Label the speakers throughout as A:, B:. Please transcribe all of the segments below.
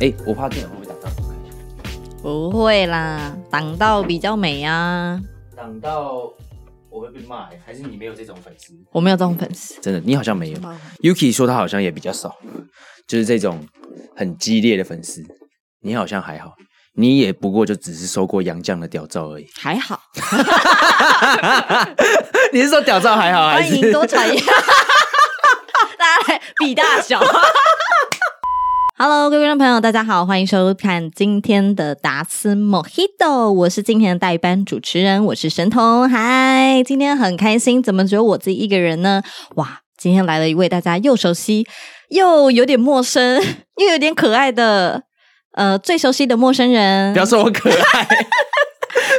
A: 哎、我怕电脑会不会打到，
B: 不会啦，挡到比较美啊。
C: 挡到我会被骂、欸，还是你没有这种粉丝？
B: 我没有这种粉丝。
A: 真的，你好像没有。Yuki 说他好像也比较少，就是这种很激烈的粉丝，你好像还好，你也不过就只是收过杨绛的屌照而已。
B: 还好，
A: 你是说屌照还好，还
B: 欢
A: 是
B: 迎 多传一大家来比大小。Hello，各位观众朋友，大家好，欢迎收看今天的达斯 Mojito，我是今天的代班主持人，我是神童。嗨，今天很开心，怎么只有我自己一个人呢？哇，今天来了一位大家又熟悉又有点陌生，又有点可爱的，呃，最熟悉的陌生人，
A: 不要说我可爱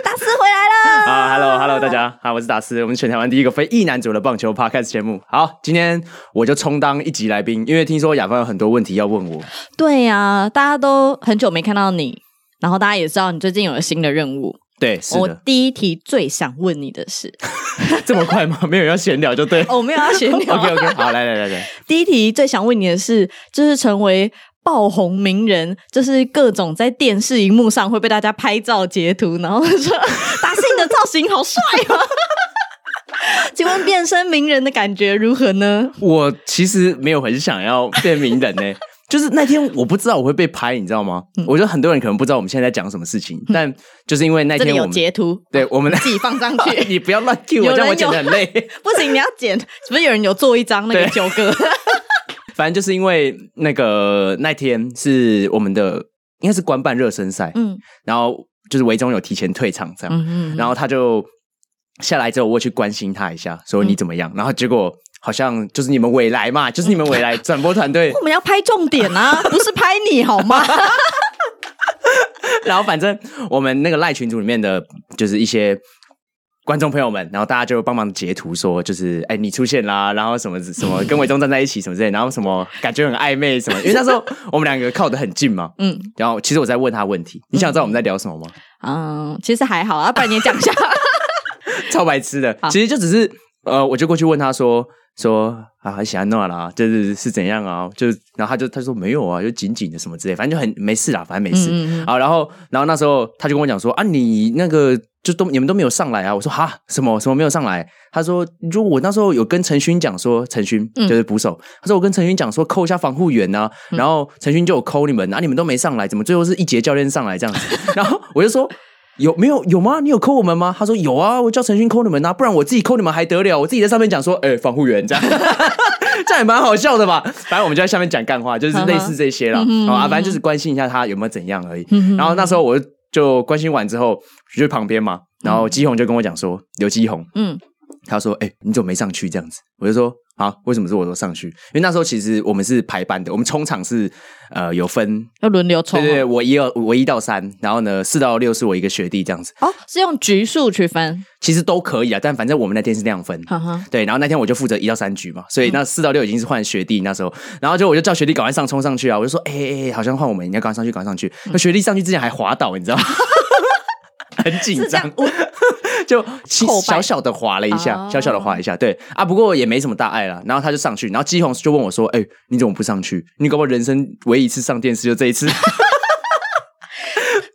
B: 达斯回来了。
A: 啊！Hello Hello，大家好，我是达斯，我们是全台湾第一个非意男主的棒球 Podcast 节目。好，今天我就充当一级来宾，因为听说雅芳有很多问题要问我。
B: 对呀、大家都很久没看到你，然后大家也知道你最近有了新的任务。
A: 对，是
B: 我
A: 的，
B: 第一题最想问你的 是，
A: 这么快吗？没有人要闲聊就 对。
B: 哦，我没有要闲聊。
A: OK OK，好，来来来来，
B: 第一题最想问你的是，就是成为爆红名人，就是各种在电视荧幕上会被大家拍照截图，然后说达信的造型好帅 哦。请问变身名人的感觉如何呢？
A: 我其实没有很想要变名 人呢、就是那天我不知道我会被拍，你知道吗？
B: 嗯
A: 我觉得很多人可能不知道我们现在在讲什么事情，但就是因为那
B: 这
A: 天
B: 里
A: 我
B: 有
A: 们
B: 截图，
A: 对 我们。
B: 自己放上去
A: 你不要乱 Q 我，
B: 有
A: 这样我
B: 人
A: 剪得
B: 有
A: 很累。
B: 不行，你要剪，是不是有人有做一张那个
A: 对
B: 九哥？
A: 反正就是因为那个那天是我们的应该是官办热身赛，
B: 嗯
A: 然后就是维中有提前退场这样，
B: 嗯嗯，
A: 然后他就下来之后，我去关心他一下，说
B: 嗯
A: 你怎么样？然后结果好像就是你们未来嘛，就是你们未 来转播团队
B: 我，们要拍重点 啊，不是拍你好吗？
A: 然后反正我们那个赖群组里面的就是一些。观众朋友们，然后大家就帮忙截图说，就是哎、你出现啦，然后什么什么跟维中站在一起什么之类，然后什么感觉很暧昧什么，因为那时候我们两个靠得很近嘛，
B: 嗯
A: 然后其实我在问他问题，你想知道我们在聊什么吗？
B: 嗯，其实还好啊，不然你也讲一下。
A: 超白痴的
B: 好，
A: 其实就只是呃，我就过去问他说说啊，很喜欢诺啦，就是是怎样啊？就是然后他就他就说没有啊，就紧紧的什么之类，反正就很没事啦，反正没事。
B: 嗯嗯嗯
A: 好，然后然后那时候他就跟我讲说啊，你那个就都你们都没有上来啊。我说哈什么什么没有上来？他说如果我那时候有跟陈勋讲说，陈勋
B: 嗯
A: 就是捕手，他说我跟陈勋讲说扣一下防护员呐、然后陈勋就有扣你们，啊你们都没上来，怎么最后是一节教练上来这样子？ 然后我就说。有没有有吗？你有扣我们吗？他说有啊，我叫陈勋扣你们呐、不然我自己扣你们还得了？我自己在上面讲说，哎、防护员这样， 这样也蛮好笑的吧？反正我们就在下面讲干话，就是类似这些啦。
B: 嗯哼
A: 好啊，反正就是关心一下他有没有怎样而已。
B: 嗯哼
A: 然后那时候我就就关心完之后，我就去旁边嘛，然后基宏就跟我讲说，刘基宏，
B: 嗯
A: 他说：“哎、你怎么没上去？”这样子，我就说：“啊，为什么是我说上去？因为那时候其实我们是排班的，我们冲场是呃有分，
B: 要轮流抽
A: 对对对，
B: 哦，
A: 我一二我一到三，然后呢四到六是我一个学弟这样子，
B: 哦是用局数区分，
A: 其实都可以啊，但反正我们那天是那样分。”
B: 哈哈，
A: 对，然后那天我就负责一到三局嘛，所以那四到六已经是换学弟那时候，然后就我就叫学弟赶快上冲上去啊，我就说，哎、哎哎，好像换我们，你要赶快上去，赶快上去。那学弟上去之前还滑倒，你知道吗？ 很紧
B: 是这样
A: 张， 就轻
B: 叩拜
A: 小小的滑了一下
B: 哦，
A: 小小的滑一下，对啊，不过也没什么大碍啦。然后他就上去，然后基宏就问我说，哎、你怎么不上去？你搞不好人生唯一一次上电视就这一 次。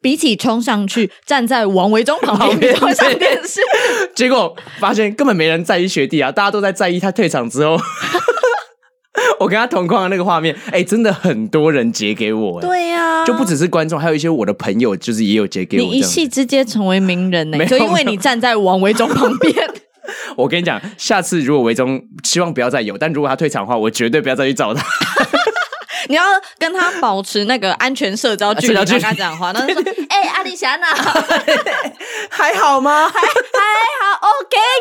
B: 比起冲上去站在王维忠旁
A: 旁
B: 边
A: 边
B: 比较像电视，
A: 结果发现根本没人在意学弟啊，大家都在在意他退场之后， 我跟他同框的那个画面，哎、真的很多人截给我、哎，
B: 对啊呀，
A: 就不。只是观众，还有一些我的朋友，就是也有截给我。
B: 你一
A: 这样子
B: 气之间成为名人呢、
A: 没有
B: 就因为你站在王维忠旁 边，
A: 我跟你讲，下次如果维中希望不要再有，但如果他退场的话，我绝对不要再去找他。
B: 你要跟他保持那个安全社交距离，
A: 啊社交
B: 他
A: 距离
B: 跟他讲 话，那就说：“哎、阿里霞娜，还好
A: 还好吗？
B: ，OK，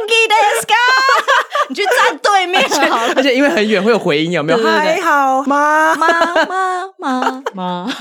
B: 你的 sky，你 去站对面好了。”
A: 而且因为很远会有回音，有没有？
B: 对对对
A: 好吗
B: 妈妈妈妈，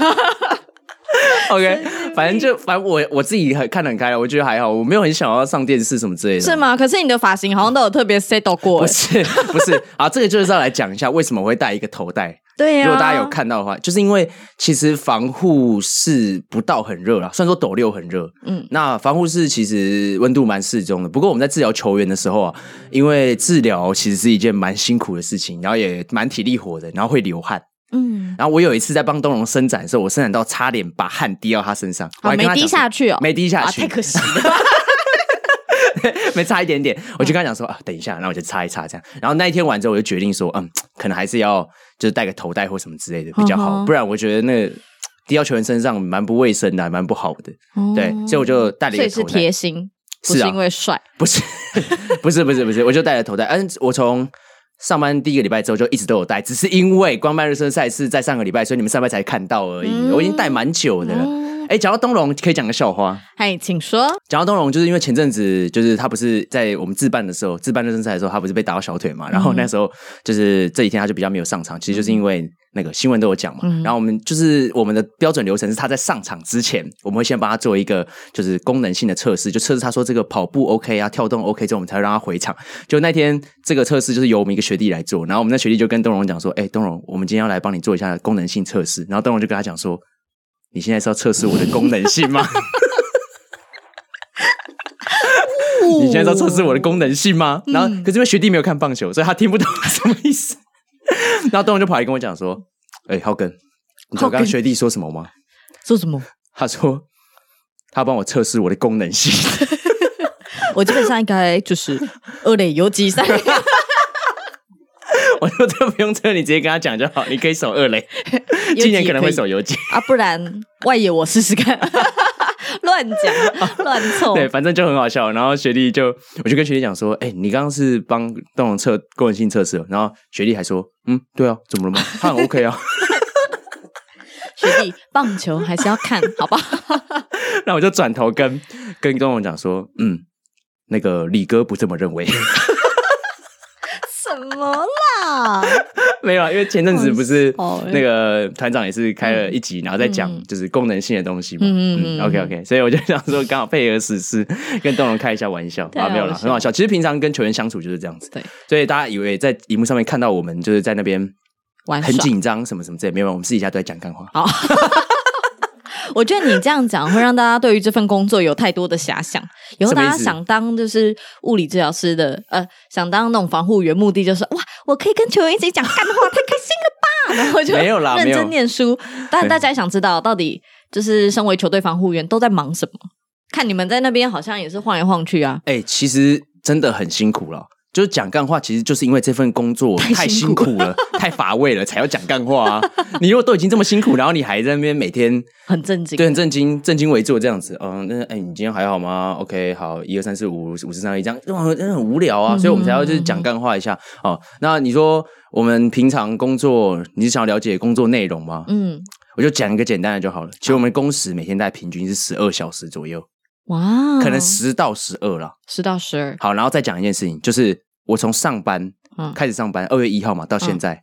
A: ？OK，反正就反正我我自己很看得很开了，我觉得还好，我没有很想要上电视什么之类的。
B: 是吗？可是你的发型好像都有特别 set 过
A: 不，是不是啊，这个就是要来讲一下为什么我会戴一个头带，
B: 对呀、
A: 如果大家有，看到的话，就是因为其实防护室不到很热啦，虽然说斗六很热，
B: 嗯
A: 嗯，那防护室其实温度蛮适中的。不过我们在治疗球员的时候啊，因为治疗其实是一件蛮辛苦的事情，然后也蛮体力活的，然后会流汗。
B: 嗯，
A: 然后我有一次在帮东龙伸展的时候，我伸展到差点把汗滴到他身上，我
B: 啊，
A: 还跟
B: 没
A: 他
B: 滴
A: 讲说
B: 下去哦，
A: 没滴下
B: 啊，
A: 去，
B: 太可惜了。
A: 没差一点点，我
B: 嗯
A: 就跟他讲说啊，等一下，然后我就擦一擦这样。然后那一天晚之后，我就决定说，嗯，可能还是要就是戴个头带或什么之类的比较
B: 嗯
A: 好，
B: 哼
A: 不然我觉得那个滴到球员身上蛮不卫生的，还啊蛮不好的。 对，所以我就戴了一
B: 哦所以
A: 个
B: 是
A: 头带
B: 贴，心，不
A: 是
B: 是
A: 啊
B: 因为帅，
A: 不是， 不是，不是，不是，我就戴了头带。嗯，我从上班第一个礼拜之后就一直都有戴，只是因为光曼热身赛是在上个礼拜，所以你们上班才看到而已。
B: 嗯
A: 我已经戴蛮久的了。
B: 嗯
A: 哎、讲到东龙，可以讲个笑话。
B: 嗨，请说。
A: 讲到东龙，就是因为前阵子就是他不是在我们自办的时候，自办热身赛的时候，他不是被打到小腿嘛？然后那时候就是这几天他就比较没有上场，其实就是因为那个新闻都有讲嘛。
B: 嗯
A: 然后我们就是我们的标准流程是他在上场之前，我们会先帮他做一个就是功能性的测试，就测试他说这个跑步 OK 啊，跳动 OK 之后，我们才会让他回场。就那天这个测试就是由我们一个学弟来做，然后我们那学弟就跟东龙讲说：“哎、东龙，我们今天要来帮你做一下功能性测试。”然后东龙就跟他讲说：“你现在是要测试我的功能性吗？”你现在知道测试我的功能性吗？然后，可是因为学弟没有看棒球，所以他听不懂什么意 思。然后东龙就跑来跟我讲说：“哎、浩根，你知道我刚
B: 浩
A: 刚
B: 根
A: 学弟说什么吗
B: 做什么？？”
A: 他说：“他帮我测试我的功能性。
B: 我基本上应该就是二垒游击三垒，”
A: 我说：“这不用测，你直接跟他讲就好，你可以守二垒，
B: 游击
A: 今年可能会
B: 也
A: 守游击。”
B: 啊，不然外野我试试看。 乱 讲乱凑，
A: 对，反正就很好笑。然后学弟就，我就跟学弟讲说：“哎、你刚刚是帮邓龙测个人性测试哦。”然后学弟还说：“嗯，对啊，怎么了吗？他很 OK 啊。”
B: 学弟，棒球还是要看，好吧？
A: 那我就转头跟跟东龙讲说，嗯，那个李哥不这么 认为，
B: 什么啦？
A: 没有啊，因为前阵子不是
B: 好笑欸
A: 那个团长也是开了一集，然后在讲
B: 嗯
A: 就是功能性的东西嘛，
B: 嗯嗯嗯
A: 嗯，OK OK，所以我就想说刚好配合时事，跟东龙开一下玩笑
B: 对啊
A: 啊，没有
B: 好
A: 啦，
B: 笑
A: 很好笑。其实平常跟球员相处就是这样子，
B: 对，
A: 所以大家以为在荧幕上面看到我们就是在那边
B: 玩
A: 很
B: 耍。
A: 紧张什么什么之类，没有，我们私底下都在讲干话。
B: 我觉得你这样讲会让大家对于这份工作有太多的遐想，以后
A: 什么
B: 大
A: 意思
B: 家想当就是物理治疗师的，呃，想当那种防护员，目的就是哇，我可以跟球员一起讲干话，太开心了吧？然后就
A: 没有啦
B: 认
A: 没有
B: 真念书。但大家也想知道到底就是身为球队防护员都在忙什么？看你们在那边好像也是晃来晃去啊，
A: 哎、其实真的很辛苦了。就是讲干话，其实就是因为这份工作
B: 太
A: 太
B: 辛
A: 辛
B: 苦
A: 苦了，太乏味了，才要讲干话啊！你如果都已经这么辛苦，然后你还在那边每天
B: 很正经。
A: 对很震惊、震惊为坐这样子，嗯，那哎、你今天还好吗？OK，好，一二三四五五十三一这样，哇，真的很无聊啊，
B: 嗯
A: 所以我们才要就是讲干话一下哦。那你说我们平常工作，你是想要了解工作内容吗？
B: 嗯，
A: 我就讲一个简单的就好了。其实我们工时每天大概平均是十二小时左右，
B: 哇，哦
A: 可能十到十二啦。
B: 十到十二，
A: 好，然后再讲一件事情，就是我从上班、
B: 嗯
A: 开始上班，二月一号嘛，到现在，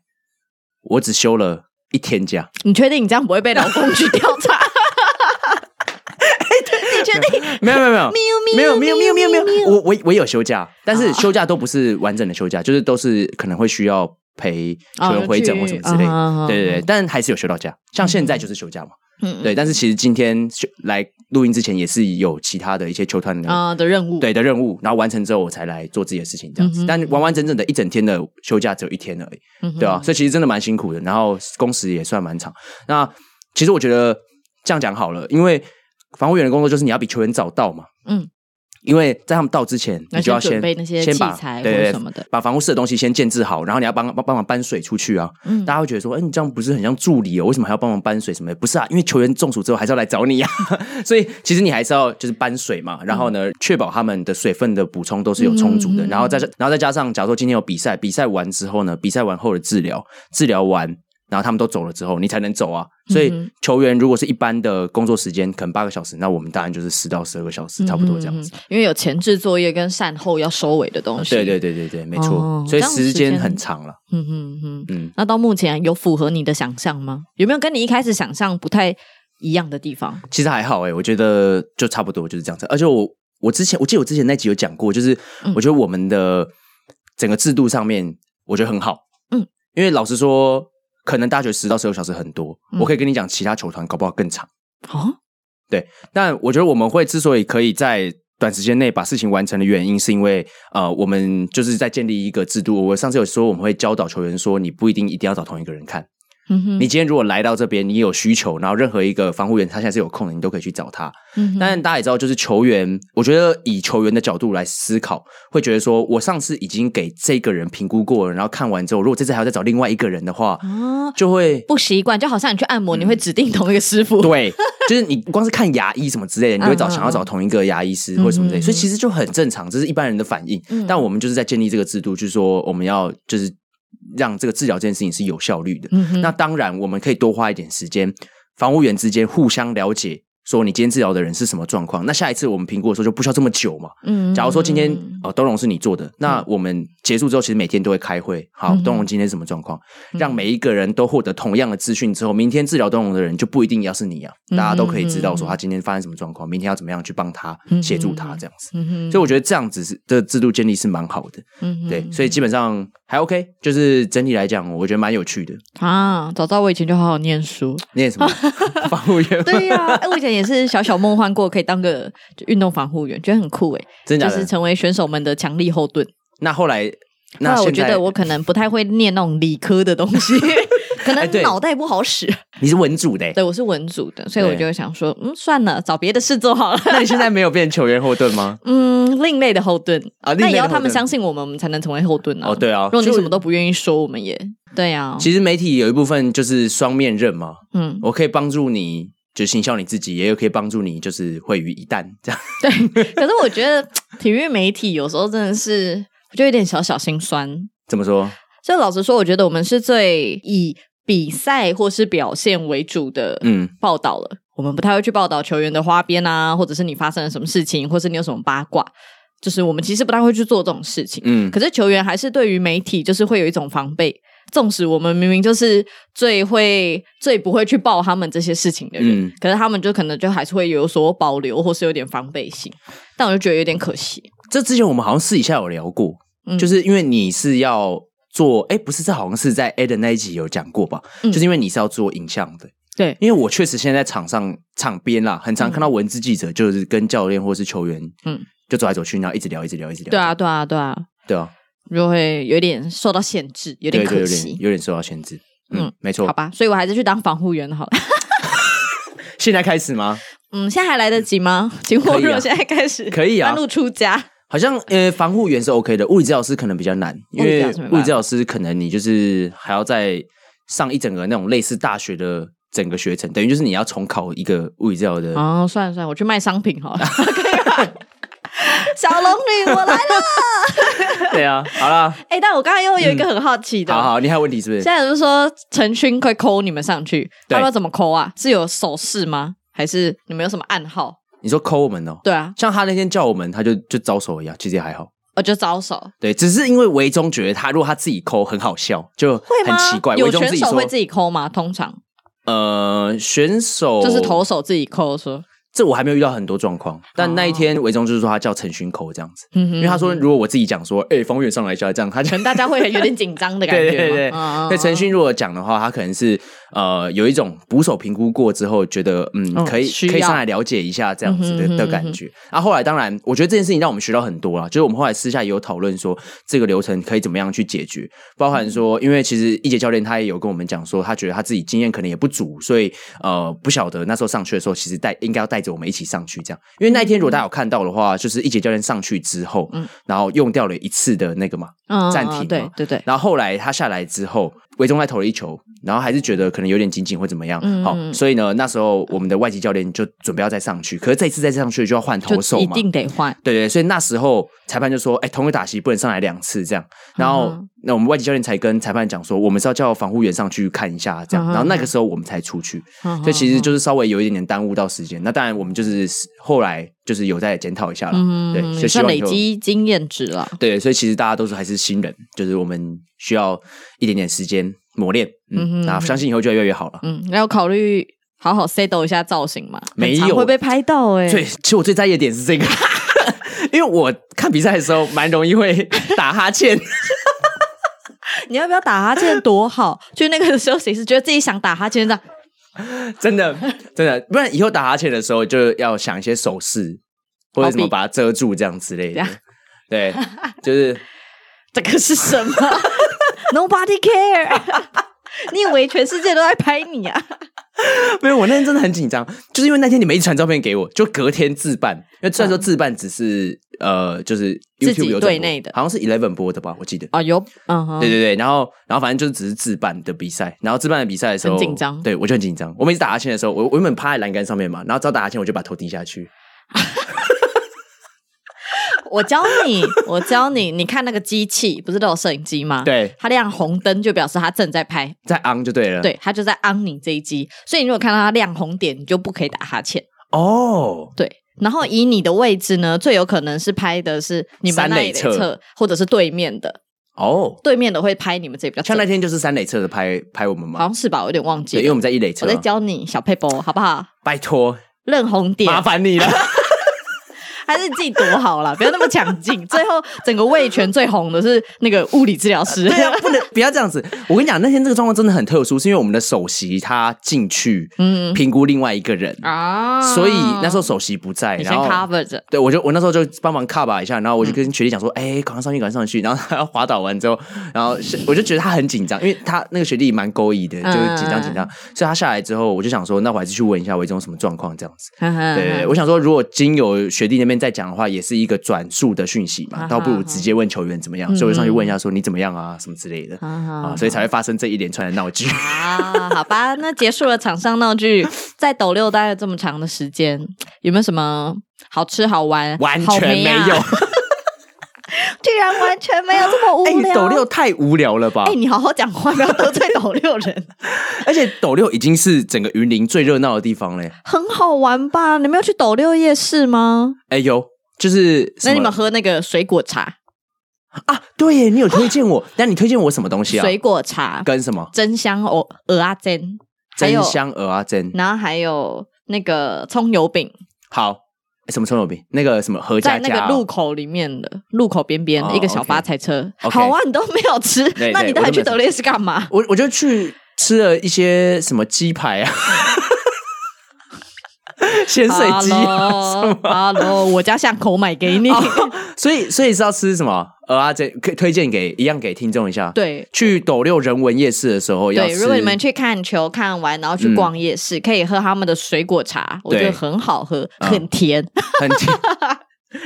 A: 我只休了一天假。
B: 你确定你这样不会被劳工局调 查？你确定？
A: 没有没有没有
B: 喵
A: 哎没有没有没有没有没
B: 喵
A: 有，我我我有休假，但是
B: 哦
A: 休假都不是完整的休假，就是都是可能会需要陪
B: 哦
A: 球员回诊或什么之类
B: 就去嗯嗯嗯
A: 的。对对对，但还是有休到假，像现在就是休假嘛。
B: 嗯
A: 对，但是其实今天休来录音之前也是有其他的一些球团的
B: 啊、的任务，
A: 对的任务，然后完成之后我才来做自己的事情，这样
B: 嗯
A: 子。
B: 哼
A: 但完完整整的一整天的休假只有一天而已，
B: 嗯哼
A: 对啊，所以其实真的蛮辛苦的，然后工时也算蛮长。那其实我觉得这样讲好了，因为防护员的工作就是你要比球员早到嘛，
B: 嗯，
A: 因为在他们到之前，
B: 那
A: 你就要
B: 先
A: 先
B: 准备那些
A: 先把
B: 器材
A: 对
B: 或者
A: 对
B: 什么的，
A: 把防护室的东西先建置好，然后你要帮帮帮忙搬水出去啊。
B: 嗯
A: 大家会觉得说，哎、你这样不是很像助理哦？为什么还要帮忙搬水什么的？不是啊，因为球员中暑之后还是要来找你啊， 所以其实你还是要就是搬水嘛，然后呢，确保他们的水分的补充都是有充足的，
B: 嗯嗯嗯嗯
A: 然后再然后再加上，假如说今天有比赛，比赛完之后呢，比赛完后的治疗，治疗完。然后他们都走了之后，你才能走啊。所以
B: 嗯
A: 球员如果是一般的工作时间，可能八个小时，那我们当然就是十到十二个小时，差不多这样子。
B: 嗯嗯嗯因为有前置作业跟善后要收尾的东西，
A: 对对，对对对，没错，
B: 哦
A: 所以
B: 这样时
A: 时
B: 间
A: 间很长了。
B: 嗯嗯嗯。
A: 嗯，
B: 那到目前有符合你的想象吗？有没有跟你一开始想象不太一样的地方？
A: 其实还好哎、我觉得就差不多就是这样子。而且我我之前我记得我之前那集有讲过，就是
B: 嗯
A: 我觉得我们的整个制度上面，我觉得很好。
B: 嗯，
A: 因为老实说，可能大家觉得十到十六小时很多，
B: 嗯
A: 我可以跟你讲，其他球团搞不好更长。
B: 哦，
A: 但我觉得我们会之所以可以在短时间内把事情完成的原因，是因为呃，我们就是在建立一个制度。我上次有说，我们会教导球员说，你不一定一定要找同一个人看。
B: 嗯哼，
A: 你今天如果来到这边，你有需求，然后任何一个防护员他现在是有空的，你都可以去找他。
B: 嗯哼
A: 当然，大家也知道，就是球员，我觉得以球员的角度来思考，会觉得说，我上次已经给这个人评估过了，然后看完之后，如果这次还要再找另外一个人的话，
B: 哦，
A: 就 会
B: 不习惯，就好像你去按摩，你会指定同一个师傅。
A: 对，就是你光是看牙医什么之类的，你会找
B: 嗯嗯
A: 想要找同一个牙医师
B: 嗯
A: 或什么之类
B: 嗯
A: 的，所以其实就很正常，这是一般人的反应
B: 嗯。
A: 但我们就是在建立这个制度，就是说我们要就是让这个治疗这件事情是有效率的。
B: 嗯哼，
A: 那当然，我们可以多花一点时间，房务员之间互相了解，说你今天治疗的人是什么状况。那下一次我们评估的时候就不需要这么久嘛。
B: 嗯
A: 假如说今天呃东龙是你做的，那我们结束之后其实每天都会开会，好
B: 嗯哼嗯
A: 东龙今天是什么状况，让每一个人都获得同样的资讯之后，明天治疗东龙的人就不一定要是你啊，
B: 嗯
A: 大家都可以知道说他今天发生什么状况，明天要怎么样去帮他
B: 嗯
A: 协助他这样子。
B: 嗯哼，
A: 所以我觉得这样子是的制度建立是蛮好的，
B: 嗯哼
A: 对，所以基本上还 OK，就是整体来讲，我觉得蛮有趣的。
B: 啊，早知道我以前就好好念书。
A: 念 什么防护员？
B: 对呀、哎，我以前也是小小梦幻过，可以当个就运动防护员，觉得很酷哎，
A: 真
B: 就
A: 假的？
B: 是成为选手们的强力后盾。
A: 那后来，
B: 后
A: 那
B: 来我
A: 现
B: 觉
A: 在
B: 得我可能不太会念那种理科的东西， 可
A: 哎
B: 能
A: 对
B: 脑袋不好使。
A: 你是文组的欸、
B: 对我是文组的，所以
A: 对
B: 我就想说，嗯，算了，找别的事做好了。
A: 那你现在没有变球员后盾吗？
B: 嗯，另类的后盾
A: 啊另类的
B: 那也要他
A: 后
B: 们
A: 盾
B: 相信我们，我们才能成为后盾啊。
A: 哦，对啊，
B: 如果你
A: 就
B: 什么都不愿意说，我们也对啊。
A: 其实媒体有一部分就是双面刃嘛，
B: 嗯，
A: 我可以帮助你。就行销你自己，也有可以帮助你，就是毁于一旦这样。
B: 可是我 觉得体育媒体有时候真的是，我觉得有点小小心酸。
A: 怎么说？
B: 就老实说，我觉得我们是最以比赛或是表现为主的
A: 嗯，
B: 报道了，我们不太会去报道球员的花边啊，或者是你发生了什么事情，或是你有什么八卦，就是我们其实不太会去做这种事情。
A: 嗯，
B: 可是球员还是对于媒体就是会有一种防备，纵使我们明明就是最会、最不会去报他们这些事情的人，
A: 嗯
B: 可是他们就可能就还是会有所保留，或是有点防备心。但我就觉得有点可惜。
A: 这之前我们好像私底下有聊过，
B: 嗯
A: 就是因为你是要做，哎，不是，这好像是在 A 的那一集有讲过吧？
B: 嗯
A: 就是因为你是要做影像的，
B: 对，
A: 因为我确实现在在场上场边啦，很常看到文字记者就是跟教练或是球员，
B: 嗯
A: 嗯，就走来走去，然后一直聊，一直聊，一直聊。
B: 对啊，，对啊，对啊，
A: 对啊，
B: 就会有点受到限制，有
A: 有
B: 点可
A: 有
B: 惜
A: 点。有点受到限制。嗯
B: 嗯，
A: 没错
B: 好。吧，所以我还是去当防护员好了。
A: 现在开始吗？嗯
B: 嗯，现在还来得及吗？请
A: 可
B: 我
A: 以啊
B: 如果现在开始，
A: 可以啊
B: 半路出家，
A: 好像呃，防护员是 OK 的，物理治疗师可能比较难，因
B: 嗯物理治
A: 为
B: 疗师没办法
A: 物理治疗师可能你就是还要再上一整个那种类似大学的整个学程，等于就是你要重考一个物理治疗的。
B: 哦，算了算了，我去卖商品好了，可以吧？ 小龙女，我 来了。
A: 对啊，好 啦，
B: 哎、但我刚才又有一个很好奇的，哦
A: 嗯好好，你还有问题是不
B: 啊现
A: 是？
B: 在就是说陈勋会扣你们上去，
A: 对
B: 他们要怎么扣啊？是有手势吗？还是你们有什么暗号？
A: 你说抠我们哦，
B: 对啊，
A: 像他那天叫我们，他就就招手一样，其实也还好。
B: 我就招手，
A: 对，只是因为维中觉得他如果他自己抠很好笑，就
B: 会
A: 很
B: 吗？
A: 奇怪。
B: 有
A: 维中
B: 选
A: 自己
B: 手
A: 说
B: 会，自己扣吗？通常
A: 呃，选手
B: 就是投手自己扣说，
A: 这我还没有遇到很多状况，但那一天维中就是说他叫陈勋抠这样子，
B: 哦嗯哼
A: 因为他说如果我自己讲说，哎、方远上来一下这样，他就
B: 可能大家会有点紧张的感 觉
A: 对
B: 吗。
A: 对对，
B: 嗯
A: 那陈勋如果讲的话，他可能是呃有一种捕手评估过之后，觉得嗯
B: 嗯
A: 可以
B: 需要
A: 可以上来了解一下这样子
B: 嗯哼
A: 的的感觉。啊，后来当然，我觉得这件事情让我们学到很多啦，就是我们后来私下也有讨论说这个流程可以怎么样去解决，包含说，因为其实一杰教练他也有跟我们讲说，他觉得他自己经验可能也不足，所以呃不晓得那时候上去的时候，其实带应该要带着我们一起上去这样。因为那一天如果大家有看到的话，就是一杰教练上去之后，
B: 嗯
A: 然后用掉了一次的那个嘛，
B: 嗯
A: 暂停嘛哦
B: 对对对，
A: 然后后来他下来之后，韦中再投了一球，然后还是觉得可能有点紧紧或怎么样。
B: 嗯
A: 好、
B: 嗯
A: 所以呢，那时候我们的外籍教练就准备要再上去，可是这一次再上去就要换投手
B: 就一
A: 嘛。
B: 定得换。
A: 对对，所以那时候裁判就说：“哎，同一个打席不能上来两次这样。”然后、
B: 嗯
A: 那我们外籍教练才跟裁判讲说：“我们是要叫防护员上去看一下这样。
B: 嗯嗯嗯
A: 然后那个时候我们才出去，
B: 所
A: 所以其实就是稍微有一点点耽误到时间。那当然我们就是后来就是有在检讨一下了，
B: 嗯，
A: 对，
B: 也
A: 就希
B: 算
A: 望
B: 累
A: 以后
B: 积经验值了。
A: 对，所以其实大家都是还是新人，就是我们需要一点点时间磨练，
B: 嗯哼
A: 嗯，那、
B: 嗯哼
A: 相信以后就会越来越好了。
B: 嗯，要考虑好好 settle 一下造型嘛，
A: 没有
B: 很常会被拍到哎、
A: 最其实我最在意的点是这个， 因为我看比赛的时候蛮容易会打哈欠，
B: 你要不要打哈欠多好？去那个休息室，觉得自己想打哈欠这样。
A: 真的真的，不然以后打哈欠的时候就要想一些手势，或者什
B: 好
A: 么
B: 比
A: 把它遮住这样之类
B: 这
A: 的
B: 样。
A: 对，就是
B: 这个是什么？Nobody care 。 你以为全世界都在拍你啊？
A: 没有，我那天真的很紧张，就是因为那天你们一直传照片给我，就隔天自办，因为虽然说自办只是、呃，就是
B: 嗯自己
A: YouTube 有转播
B: 对内的
A: 好像是 Eleven 播的吧，我记得。
B: 啊，有，嗯哼
A: 对对对，然后然后反正就是只是自办的比赛，然后自办的比赛的时候
B: 很紧张
A: 对我就很紧张。我每次打哈欠的时候，我我原本趴在栏杆上面嘛，然后只要打哈欠我就把头低下去，
B: 我教你，我教你，你看那个机器不是都有摄影机吗？，
A: 对，
B: 它亮红灯就表示它正在拍，
A: 再昂就对了。，
B: 对，它就在 on 你这一机。所以你如果看到它亮红点，你就不可以打哈欠。
A: 哦，
B: 对，然后以你的位置呢，最有可能是拍的是你们
A: 三
B: 那
A: 垒
B: 一
A: 侧
B: 侧，或者是对面的，
A: 哦，
B: 对面的会拍你们这里比较
A: 像那
B: 正
A: 天就是三垒侧的拍拍我们嘛，
B: 好像是吧？我有点忘记
A: 对，因为
B: 了。
A: 我们在一垒侧
B: 我
A: 啊，
B: 在教你小配波，好不好？
A: 拜托，
B: 认红点
A: 麻烦 你了。
B: 还是你自己躲好了，不要那么抢 镜。最后整个魏全最红的是那个物理治疗师，
A: 对啊，不能不要这样子。我跟你讲，那天这个状况真的很特殊，是因为我们的首席他进去
B: 嗯
A: 评估另外一个人，
B: 啊，
A: 所以那时候首席不在，
B: 你先
A: 然后。
B: cover 着，
A: 对，我就我那时候就帮忙 cover 一下，然后
B: 嗯
A: 我就跟学弟讲说，哎、赶快上去，赶快上去。然后他滑倒完之后，然后是我就觉得他很紧张，因为他那个学弟蛮勾引的，就是紧张紧
B: 嗯
A: 张。所以他下来之后，我就想说，那我还是去问一下维中什么状况这样子。对对，对
B: 对
A: 我想说，如果经由学弟那边再讲的话，也是一个转述的讯息
B: 啊哈嗯
A: 嘛，倒不如直接问球员怎么样。所以我就上去问一下，说你怎么样啊，什么之类的啊，所以才会发生这一连串的闹 剧。
B: 啊，好吧，那结束了场上闹剧，在斗六待了这么长的时间，有没有什么好吃好玩？
A: 完
B: 好
A: 全
B: 没
A: 没
B: 啊，
A: 有，
B: 居然完全没有这么 无
A: 哎，
B: 聊。
A: 斗六。太无聊了吧
B: 哎、？你好好讲话，不要得罪斗六 人，
A: 而且斗六已经是整个云林最热闹的地方嘞。
B: 很好玩吧？你们有去斗六夜市吗？
A: 哎，有，就是什
B: 那
A: 么
B: 你们喝那个水果茶，
A: 啊？对耶，你有推荐 我，但你推荐我什么东西啊？
B: 水果茶
A: 跟什么？
B: 真香藕鹅啊煎，还有
A: 真香鹅啊，真
B: 然后还有那个葱油饼，
A: 好。哎什么葱油饼？那个什么何
B: 在
A: 家
B: 那
A: 家哦
B: 个路口里面的路口边边
A: 哦
B: 一个小
A: OK
B: 发财车。
A: OK
B: 好啊，你都没有吃，
A: 对
B: 那你
A: 对
B: 还
A: 我都
B: 去
A: 没有
B: 德烈是干嘛？
A: 我我就去吃了一些什么鸡排啊，咸 水鸡啊什么，哦
B: 哈喽，我家巷口买给你。
A: 所以所以是要吃什么？呃啊，这可以推荐给一样给听众一下。，
B: 对。
A: 去斗六人文夜市的时候要
B: 对，
A: 吃。
B: 如果你们去看球看完，然后去
A: 嗯
B: 逛夜市，可以喝他们的水果茶，我觉得
A: 对
B: 很好喝，
A: 嗯
B: 很甜，
A: 很 甜，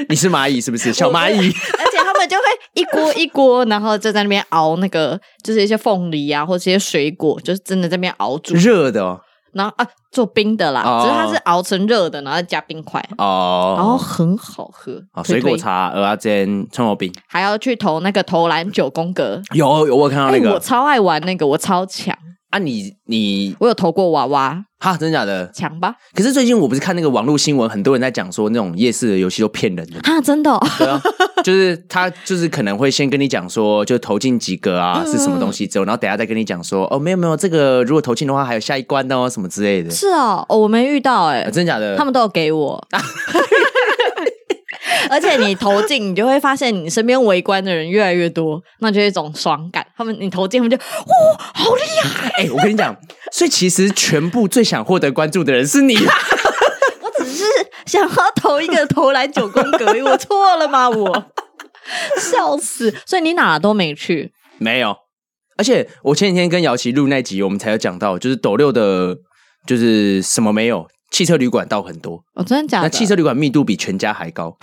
A: 你是蚂蚁是不是？小蚂蚁
B: 而且他们就会一锅一锅，然后就在那边熬那个，就是一些凤梨啊，或者一些水果，就是真的在那边熬煮，
A: 热的哦
B: 然后啊做冰的啦，
A: 哦
B: 只是它是熬成热的，然后再加冰块，然后
A: 哦。
B: 很好喝。
A: 好，
B: 推
A: 水
B: 推
A: 果茶、鹅啊煎、葱油饼，
B: 还要去投那个投篮九宫格。
A: 有有我有看到
B: 哎、
A: 那个、
B: 我超爱玩那个，我超强，
A: 啊你，你
B: 我有投过娃娃，
A: 哈真假的？
B: 强吧？
A: 可是最近我不是看那个网络新闻，很多人在讲说那种夜市的游戏都骗人的，
B: 啊，真的、哦，
A: 对啊， 就是他就是可能会先跟你讲说，就投进几个啊
B: 嗯
A: 是什么东西之后，然后等一下再跟你讲说，哦没有没有，这个如果投进的话还有下一关哦什么之 类的，
B: 是哦，哦，我没遇到哎、
A: 啊、真假的？
B: 他们都有给我。 而且你投进，你就会发现你身边围观的人越来越多，那就有一种爽感。他们你投进，他们就哇、好厉害！
A: 哎、我跟你讲，所以其实全部最想获得关注的人是你，
B: 我只是想要投一个投篮九宫格，我错了吗？我 笑死！所以你哪都没去，
A: 没有。而且我前几天跟姚琦录那集，我们才有讲到，就是斗六的，就是什么没有，汽车旅馆倒很多，
B: 我、哦真的假
A: 那
B: 的？
A: 汽车旅馆密度比全家还高。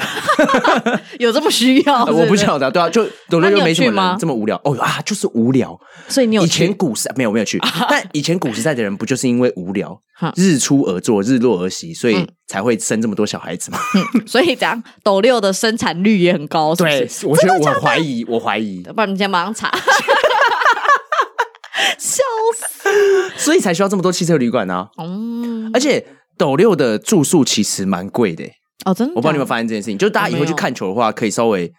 B: 有这么需要
A: 呃我不
B: 哦是是
A: 晓得，对啊，就斗六
B: 那你
A: 又
B: 有
A: 没什么
B: 去吗
A: 人，这么无聊哦啊，就是无聊。
B: 所以你有
A: 以前
B: 去
A: 古时没有没有 去，但以前古时代的人不就是因为无聊
B: 哈，
A: 日出而作，日落而息，所以
B: 嗯
A: 才会生这么多小孩 子嘛？
B: 嗯所以怎样？斗六的生产率也很高，是不是？，
A: 我觉得我怀疑，我怀疑，
B: 不然你先马上查。 笑死！
A: 所以才需要这么多汽车旅馆啊！
B: 嗯，
A: 而且斗六的住宿其实蛮贵的欸，
B: 哦，真的，
A: 我帮你们。发现这件事情，就大家以后去看球的话，可以稍微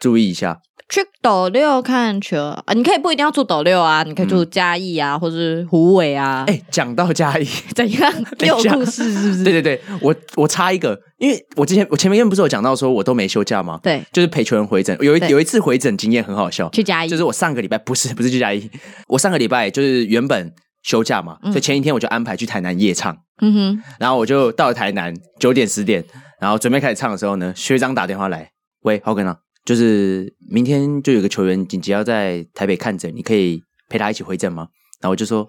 A: 注意一下。
B: 去斗六看球啊，你可以不一定要住斗六啊，你可以住嘉义啊，或是虎尾啊，
A: 嗯哎、讲到嘉义，
B: 怎样？
A: 等
B: 有
A: 一下
B: 故事是不是？
A: 对对对，我我插一个，因为我之前我前面不是有讲到说我都没休假吗？
B: 对
A: 就是陪球员回诊，有一
B: 对
A: 有一次回诊经验很好笑，
B: 去嘉义
A: 就是我上个礼拜不是不是去嘉义，我上个礼拜就是原本休假嘛，
B: 嗯
A: 所以前一天我就安排去台南夜唱，
B: 嗯哼，
A: 然后我就到了台南九点十点，然后准备开始唱的时候呢，学长打电话来，喂，浩根啊，就是明天就有个球员紧急要在台北看诊，你可以陪他一起回诊吗？然后我就说，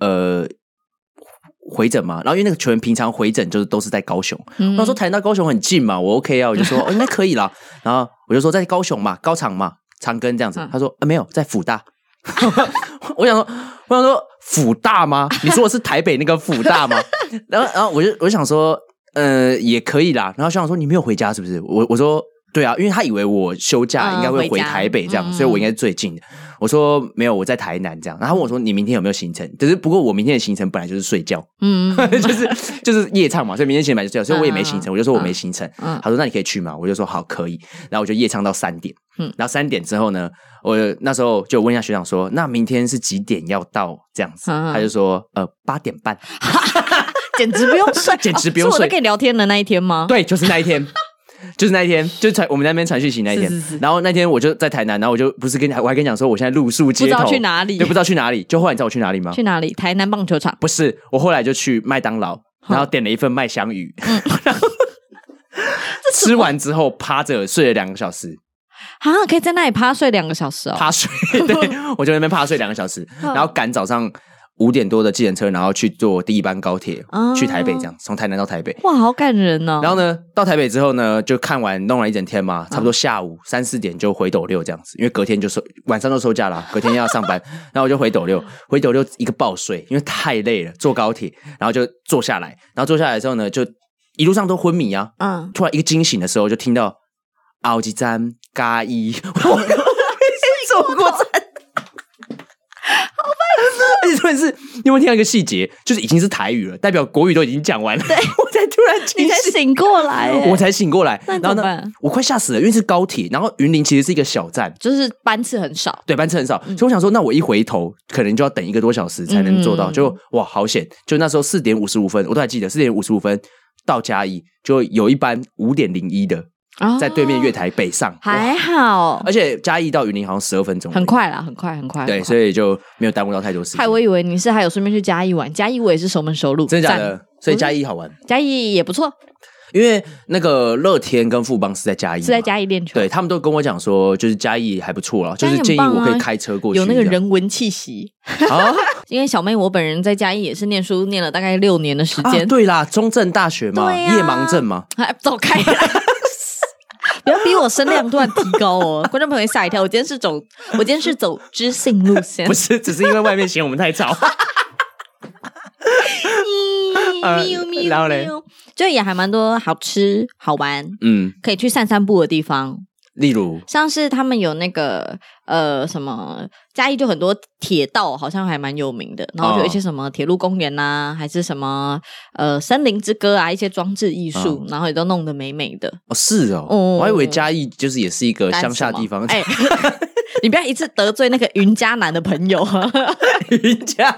A: 呃。回诊嘛，然后因为那个球员平常回诊就是都是在高雄，
B: 嗯
A: 那时候台南到高雄很近嘛，我 OK 啊，我就说、哦、应该可以啦。然后我就说在高雄嘛，高场嘛，长庚这样子
B: 嗯。
A: 他说、啊、没有，在辅大。 我想说，我想说辅大吗？你说的是台北那个辅大吗？ 然后，然后我就我就想说，呃，也可以啦。然后学长说你没有回家是不是？我我说对啊，因为他以为我休假
B: 嗯
A: 应该会
B: 回
A: 回
B: 家
A: 台北这样，
B: 嗯
A: 所以我应该是最近的。我说没有，我在台南这样。然后他问我说你明天有没有行程？只是不过我明天的行程本来就是睡觉。
B: 嗯
A: 就是就是夜唱嘛，所以明天七点半就睡觉，所以我也没行程，
B: 嗯
A: 我就说我没行程。
B: 嗯
A: 他说那你可以去吗？我就说好，可以。然后我就夜唱到三点，
B: 嗯
A: 然后三点之后呢，我那时候就问一下学长说，那明天是几点要到这样子？
B: 嗯嗯
A: 他就说呃八点半，
B: 简直不用 睡，
A: 简直不用
B: 哦是我
A: 睡
B: 在跟你聊天的那一天吗？
A: 对，就是那一天。 就是那一天，就是传我们那边传讯息那一天，
B: 是是是
A: 然后那天我就在台南，然后我就不是跟你，我还跟你讲说我现在露宿街头，
B: 不知道去哪里
A: 对，不知道去哪里。就后来你知道我去哪里吗？
B: 去哪里？台南棒球场。
A: 不是，我后来就去麦当劳，然后点了一份麦香鱼，然后
B: 嗯
A: 吃完之后趴着睡了两个小时，
B: 啊，可以在那里趴睡两个小时哦。
A: 趴睡， 对我就在那边趴睡两个小时，
B: 嗯
A: 然后赶早上五点多的计程车，然后去坐第一班高铁、
B: 哦
A: 去台北，这样从台南到台北。
B: 哇，好感人哦。
A: 然后呢，到台北之后呢，就看完弄了一整天嘛，差不多下午三四点就回斗六这样子，因为隔天就收晚上就收假啦，隔天要上班， 然后我就回斗六，回斗六一个爆睡，因为太累了，坐高铁，然后就坐下来，然后坐下来之后呢，就一路上都昏迷啊，
B: 嗯，
A: 突然一个惊醒的时候，就听到奥吉詹嘎伊， 我没走 过站。而且重点是，哦 你有没有听到一个细节？就是已经是台语了，代表国语都已经讲完了，我才突然惊
B: 你才
A: 醒。
B: 醒过来耶，
A: 我才醒过来。
B: 哎那你
A: 然后
B: 怎么
A: 呢
B: 办，
A: 我快吓死了，因为是高铁，然后云林其实是一个小站，
B: 就是班次很少。
A: 对，班车很少，
B: 嗯
A: 所以我想说，那我一回头，可能就要等一个多小时才能做到。
B: 嗯
A: 就哇，好险！就那时候四点五十五分，我都还记得，四点五十五分到嘉义，就有一班五点零一的
B: 哦
A: 在对面月台北上，哇
B: 还好，
A: 而且嘉义到云林好像十二分钟，
B: 很。快啦，很快，很快。
A: 对，
B: 很快
A: 所以就没有耽误到太多时间
B: 害。我以为你是还有顺便去嘉义玩，嘉义我也是熟门熟路，
A: 真的假
B: 赞嗯
A: 的？所以嘉义好玩，
B: 嘉义也不错，
A: 因为那个乐天跟富邦是在嘉义嘛，
B: 是在嘉义练球，
A: 对他们都跟我讲说，就是嘉义还不错啦，就
B: 嘉义
A: 是
B: 很
A: 建议
B: 棒
A: 我可以
B: 啊
A: 开车过去，
B: 有那个人文气息。
A: 这样啊
B: 因为小妹我本人在嘉义也是念书，念了大概六年的时
A: 啊，
B: 间。
A: 对啦，中正大学嘛，
B: 对呀
A: 夜盲症 嘛，
B: 哎，走开！ 不要逼我声量突然提高哦，观众朋友吓一跳。我今天是走，我今天是走知性路线
A: 不。是， 只是因为外面嫌我们太 吵。呃
B: 咪咪
A: 然后嘞，
B: 就也还蛮多好吃好玩，
A: 嗯，
B: 可以去散散步的地方。
A: 例如
B: 像是他们有那个呃什么嘉义就很多铁道，好像还蛮有名的。然后就有一些
A: 哦
B: 什么铁路公园呐、还是什么呃森林之歌啊，一些装置艺
A: 嗯
B: 术，然后也都弄得美美的。
A: 哦，是哦，
B: 哦
A: 我还以为嘉义就是也是一个
B: 干
A: 乡下
B: 什么
A: 地方，
B: 哎， 你不要一次得罪那个云嘉南的朋友。
A: 云嘉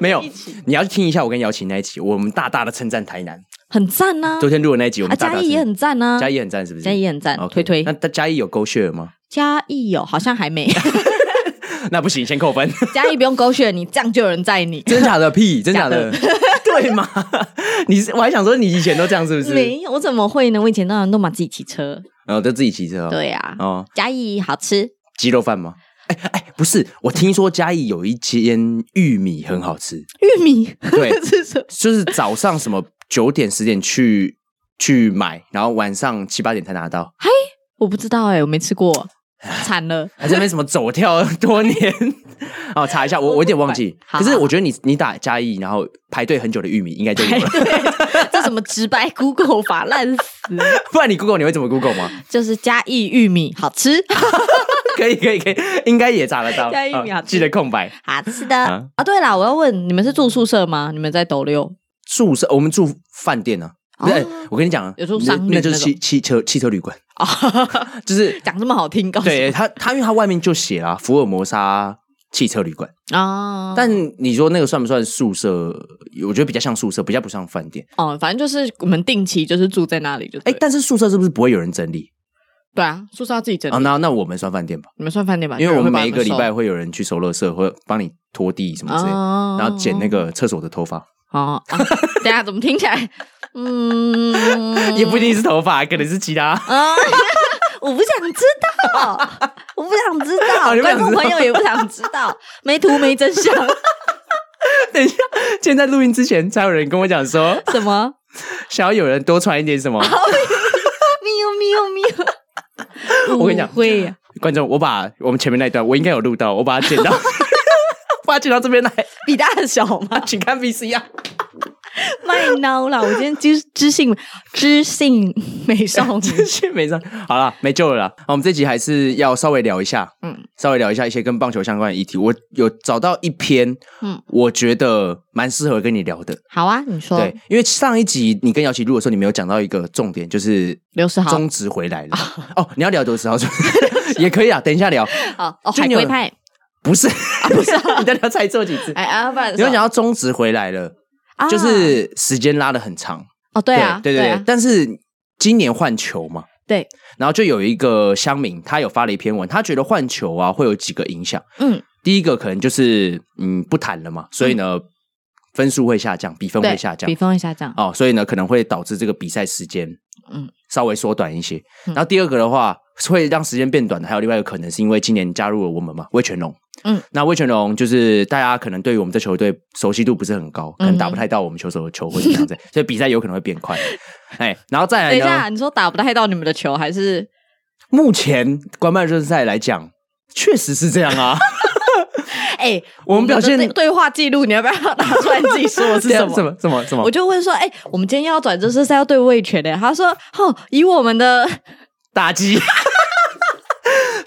A: 没有
B: 一起。
A: 你要听一下我跟姚琴那一集，我们大大的称赞台南。
B: 很赞呐、
A: 昨天录的那一集，我
B: 啊，
A: 们大
B: 嘉
A: 大
B: 义也很赞呐、
A: 赞
B: 啊，
A: 嘉义很赞，是不是？
B: 嘉义很赞
A: OK
B: 推推
A: 那那嘉义有勾血吗？
B: 嘉义有好像还没，
A: 那不行，先扣 分。
B: 嘉义不用勾选，你这样就有人载你。
A: 真假的屁，真假的，
B: 假
A: 对吗？你是我还想说你以前都这样是不是？
B: 没，我怎么会呢？我以前当然都嘛自己骑车，
A: 然后都自己骑车、哦，
B: 对呀、啊，
A: 哦，
B: 嘉义好吃，
A: 鸡肉饭吗？哎哎，不是，我听说嘉义有一间玉米很好 吃，
B: 玉米
A: 对，
B: 是什么？
A: 就是早上什么九点十点去去买，然后晚上七八点才拿到，
B: 我不知道哎、我没吃过，惨 了。
A: 还是没什么走跳多 年。哦，查一下，我我有点忘记。
B: 好
A: 可是我觉得你你打嘉义，然后排队很久的玉米应该就有了，
B: 这什么直白 Google 法烂死了，
A: 不然你 Google 你会怎么 Google 吗？
B: 就是嘉义玉米好吃，
A: 可以可以可以，应该也查得到。
B: 嘉义玉米
A: 啊
B: 好吃
A: 记得空白。
B: 好吃的哦
A: 啊
B: 啊。对啦，我要问你们是住宿舍吗？你们在斗六？
A: 住是，我们住饭店啊，不是，我跟你讲，
B: 哦有时候
A: 那
B: 商旅
A: 那就是
B: 那
A: 汽汽车汽车旅馆，
B: 啊，
A: 就是
B: 讲这么好听，告诉
A: 对他他，因为他外面就写啦，福尔摩沙汽车旅馆。
B: 我啊，
A: 但你说那个算不算宿舍？我觉得比较像宿舍，比较不像饭店。
B: 哦，反正就是我们定期就是住在那里就
A: 哎、
B: 对了，
A: 但是宿舍是不是不会有人整理
B: 对啊，宿舍要自己整
A: 啊？
B: 理，
A: 那那我们算饭店吧，
B: 你们算饭店吧，
A: 因为我
B: 有
A: 们
B: 人会帮
A: 每一
B: 你
A: 个礼
B: 收
A: 拜会有人去收垃圾，或者帮你拖地什么之类的，
B: 哦
A: 然后剪那个厕所的头发，
B: 哦，啊等一下怎么听 起来，嗯，
A: 也不一定是头发，可能是其他。
B: 啊， 我不想知道，我不想知道，
A: 哦你不
B: 观
A: 想知道
B: 众朋友也不想知道，没图没真相，
A: 等一下，现在录音之前才有人跟我讲说，
B: 什么
A: 想要有人多穿一点什么。
B: 喵喵 喵，
A: 我跟你讲
B: 误会啊
A: 观众，我把我们前面那一段我应该有录到，我把它剪到， 把它剪到这边来，啊
B: 比大家小吗？
A: 请看 VCR。
B: 卖孬啦！我今天知知性知性美少女，
A: 这些没上，好了，没救了啦。好我们这集还是要稍微聊一下，
B: 嗯
A: 嗯，稍微聊一下一些跟棒球相关的议题。我有找到一篇，
B: 嗯
A: 嗯，我觉得蛮适合跟你聊的。
B: 好啊，你说
A: 对，因为上一集你跟姚琦录的时候，你没有讲到一个重点，就是
B: 刘世豪
A: 中职回来了。哦，你要聊多少？也可以 啊，等一下聊。
B: 好哦，
A: 就
B: 海
A: 你有
B: 龟派，
A: 不是，啊不是， 你到底要猜错几次？
B: 哎啊，不然
A: 你有讲到中职回来了，
B: 啊
A: 就是时间拉的很长。
B: 哦，对啊，
A: 对
B: 对
A: 对
B: 啊
A: 但是今年换球嘛，
B: 对，
A: 然后就有一个乡民，他有发了一篇文，他觉得换球啊会有几个影响。
B: 嗯，
A: 第一个可能就是嗯不谈了嘛，所以呢、分数会下降，比分
B: 对
A: 会下降
B: 比，分会下降，
A: 哦，所以呢可能会导致这个比赛时间
B: 嗯
A: 嗯稍微缩短一些。
B: 嗯
A: 然后第二个的话会让时间变短的，还有另外一个可能是因为今年加入了我们嘛魏全龙。
B: 嗯
A: 嗯，那魏全龙就是大家可能对于我们这球队熟悉度不是很高，
B: 嗯
A: 可能打不太到我们球手的球或者这样子，所以比赛有可能会变快。哎，然后再
B: 等
A: 来
B: 一下，
A: 呢，
B: 你说打不太到你们的球，还是
A: 目前官办热身赛来讲，确实是这样 啊。
B: 哎，
A: 我们表现啊
B: 的对对话记录，你要不要拿出来自己说 是什么？
A: 怎么怎么怎么
B: 我？就问说，哎、我们今天要转正是赛要对位权的。他说，哦，以我们的
A: 打击？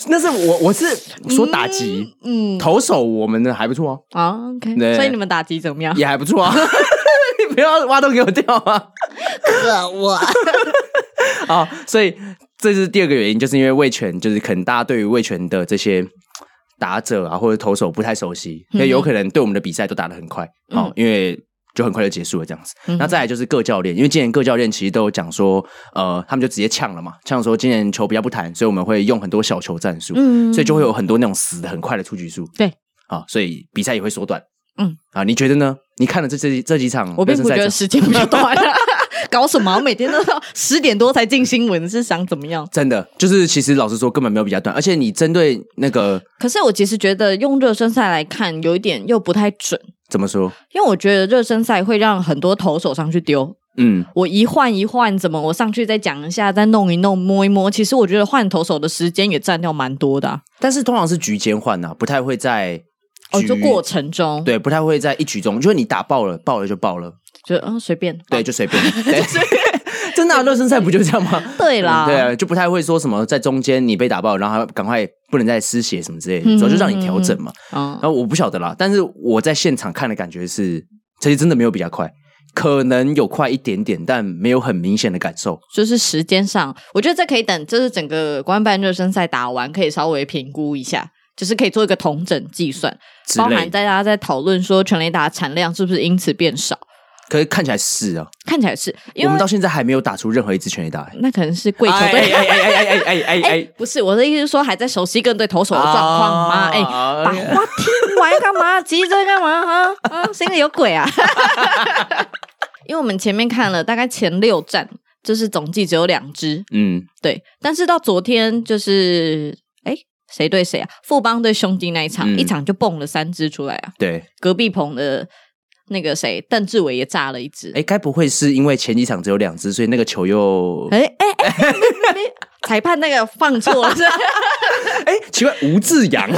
A: 那是我我是说打击，
B: 嗯
A: 投手我们的还不错啊，
B: 啊，OK，
A: 对
B: 所以你们打击怎么样？
A: 也还不错啊。 你不要挖洞给我掉啊！
B: 可我
A: 啊，所以这是第二个原因，就是因为魏权，就是可能大家对于魏权的这些打者啊或者投手不太熟悉，
B: 嗯
A: 也、有可能对我们的比赛都打得很快，哦，因为。就很快就结束了这样子，
B: 嗯哼
A: 那再来就是各教练，因为今年各教练其实都有讲说，呃，他们就直接呛了嘛，呛说今年球比较不弹，所以我们会用很多小球战术，
B: 嗯
A: 所以就会有很多那种死的很快的出局数，
B: 对，
A: 啊，所以比赛也会缩短，
B: 嗯，
A: 啊，你觉得呢？你看了这这这几场
B: 我并
A: 热身
B: 不觉
A: 赛之后
B: 得时间比较 短、啊， 搞什么？我每天都到十点多才进新闻，是想怎么样？
A: 真的就是，其实老实说，根本没有比较短，而且你针对那个
B: 可是我其实觉得用热身赛来看，有一点又不太准，
A: 怎么说，
B: 因为我觉得热身赛会让很多投手上去丢。
A: 嗯，
B: 我一换一换，怎么我上去再讲一下，再弄一弄，摸一摸。其实我觉得换投手的时间也占掉蛮多的啊、
A: 但是通常是局间换呐，啊不太会在
B: 哦，
A: 局
B: 就过程中，，
A: 对，不太会在一局中，就是你打爆了，爆了就爆了，
B: 就嗯随便，
A: 对，就 随便，对 真的啊，热身赛不就这样吗？
B: 对啦，
A: 嗯对啊，就不太会说什么在中间你被打爆，然后还赶快不能再失血什么之类
B: 嗯
A: 的，主要就让你调整嘛。
B: 嗯
A: 然，后我不晓得啦，但是我在现场看的感觉是，这些真的没有比较快，可能有快一点点，但没有很明显的感受。
B: 就是时间上，我觉得这可以等，就是整个官办热身赛打完，可以稍微评估一下，就是可以做一个统整计算，
A: 之
B: 包
A: 类
B: 含
A: 的
B: 大家在讨论说全垒打产量是不是因此变少，
A: 可是看起来是啊，
B: 看起来是因
A: 我
B: 为
A: 们到现在还没有打出任何一支全垒打、欸。
B: 那可能是贵球
A: 哎
B: 队。
A: 哎哎哎哎哎哎
B: 哎，不是我的意思，是说还在熟悉更对投手的状况吗？
A: 哦
B: 哎、把
A: ，OK
B: 话听完干嘛？急着干嘛？哈，啊，心里有鬼啊！ 因为我们前面看了大概前六站，就是总计只有两支，
A: 嗯，
B: 对，但是到昨天就是，哎，谁对谁啊？富邦对兄弟那一场，
A: 嗯
B: 一场就蹦了三只出来啊！
A: 对，
B: 隔壁棚的那个谁，邓志伟也炸了一只。
A: 哎，该不会是因为前几场只有两支，所以那个球又
B: 哎哎哎， 没没裁判那个放错了，这
A: 哎奇怪吴志阳，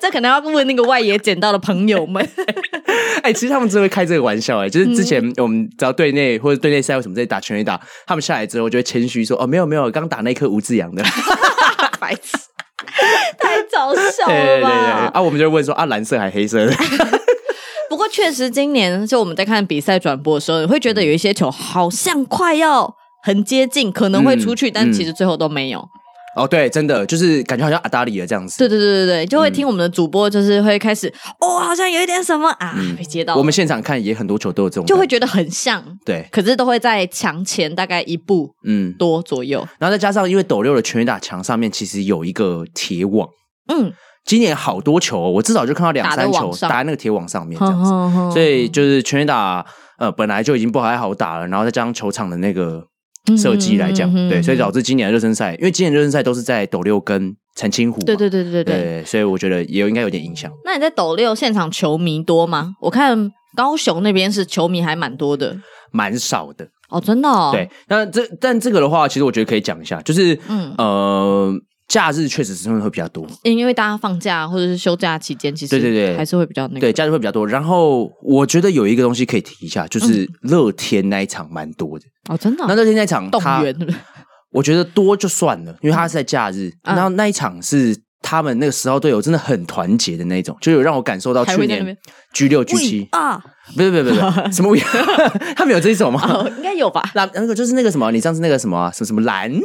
B: 这可能要问那个外野捡到的朋友们。
A: 哎，其实他们真的会开这个玩笑，哎，就是之
B: 嗯
A: 前我们只要队内或者队内赛或什么在打全垒打，他们下来之后就会谦虚说哦没有没有，刚打那颗吴志阳 的，
B: 白痴，太搞笑
A: 对对对对，
B: 了吧？
A: 啊我们就会问说啊蓝色还黑色的，
B: 不过过确实今年就我们在看比赛转播的时候，你会觉得有一些球好像快要很接近，可能会出去，
A: 嗯
B: 但其实最后都没有。
A: 哦，对，真的就是感觉好像阿达里了这样子。
B: 对对对对对，
A: 嗯
B: 就会听我们的主播就是会开始、哦，好像有一点什么啊，没接到，
A: 嗯我们现场看也很多球都有这种感觉，
B: 就会觉得很像，
A: 对，
B: 可是都会在墙前大概一步
A: 嗯，
B: 多左右。
A: 然后再加上因为斗六的全垒打墙上面其实有一个铁网，
B: 嗯，
A: 今年好多球、哦，我至少就看到两
B: 打在
A: 三球
B: 网上嗯
A: 打在那个铁网上面这样子，所
B: 所
A: 以就是全垒打呃本来就已经不太好打了，然后再加上球场的那个设计来讲，
B: 嗯嗯嗯嗯
A: 对，所以导致今年的热身赛，因为今年热身赛都是在斗六跟澄清湖嘛，
B: 对对对对对
A: 对
B: 对。
A: 所以我觉得也有应该有点影响。
B: 那你在斗六现场球迷多吗？我看高雄那边是球迷还蛮多的
A: 蛮少的，
B: 哦，真的、哦。
A: 对。那这但这个的话，其实我觉得可以讲一下，就是
B: 嗯
A: 呃，假日确实是会比较多，
B: 因为大家放假或者是休假期间，其实
A: 对对对
B: 还是会比较那个。
A: 对，假日会比较多。然后我觉得有一个东西可以提一下，就是
B: 嗯
A: 乐天那一场蛮多的。
B: 哦，真的、
A: 那
B: 哦。
A: 乐天那一场，
B: 动
A: 他
B: 员对不对？
A: 我觉得多就算了，因为他是在假日。
B: 嗯
A: 然后那一场是他们那个十号队友真的很团结的那一种，就有让我感受到
B: 还
A: 去
B: 会在那
A: 年
B: 边
A: G 六 G 七，
B: 啊，
A: 不是不是不是不 是什么不一样， 他们有这一首吗？
B: 哦应该有吧？
A: 那那个就是那个什么，你上次那个什么啊什么什么蓝，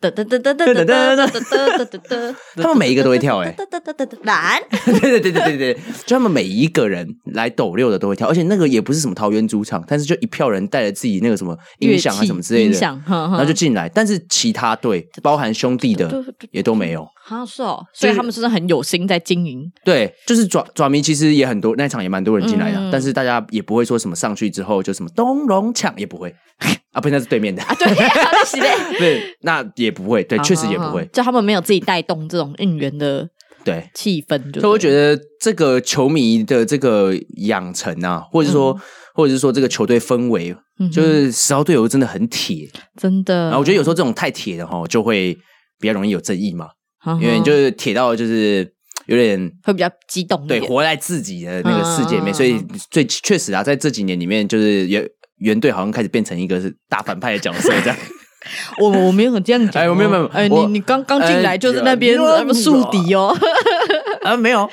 B: 哒哒哒哒哒哒哒哒哒哒哒，
A: 他们每一个都会跳欸
B: 哒哒哒哒哒，蓝，
A: 对对对对对对，就他们每一个人来抖六的都会跳，而且那个也不是什么桃园主场，但是就一票人带着自己那个什么音响啊什么之类
B: 乐器
A: 的
B: 音，响，然
A: 然后就进来。但是其他队，包含兄弟的也都没有。
B: 啊是哦，
A: 就
B: 所
A: 是
B: 以他们真的很有心在经营，
A: 对，就是爪爪迷其实也很多，那场也蛮多人进来的，
B: 嗯
A: 但是大家也不会说什么上去之后就什么东龙抢也不会 啊，不，那是对面的，
B: 对，好喜嘞，
A: 对，那也不会，对，确实也不
B: 啊啊
A: 会
B: 啊，就他们没有自己带动这种应援的
A: 对。
B: 气氛，
A: 所以我觉
B: 得
A: 得这个球迷的这个养成啊，或者是
B: 嗯
A: 说，或者是说这个球队氛围，就是十号队友真的很铁。
B: 嗯真的。
A: 然后我觉得有时候这种太铁的哈，就会比较容易有争议嘛，
B: 得
A: 因为你就是铁到就是有点。
B: 会比较激动一
A: 对，
B: 点，
A: 活在自己的那个世界里面，
B: 嗯
A: 所以最确实啊，在这几年里面，就是原原队好像开始变成一个是大反派的角色这 样。
B: 我我没有这样讲哦，
A: 哎我没有没有
B: 哎，
A: 我
B: 你你刚刚进来就是那边
A: 哎
B: 呃树敌哦，
A: 啊，没 有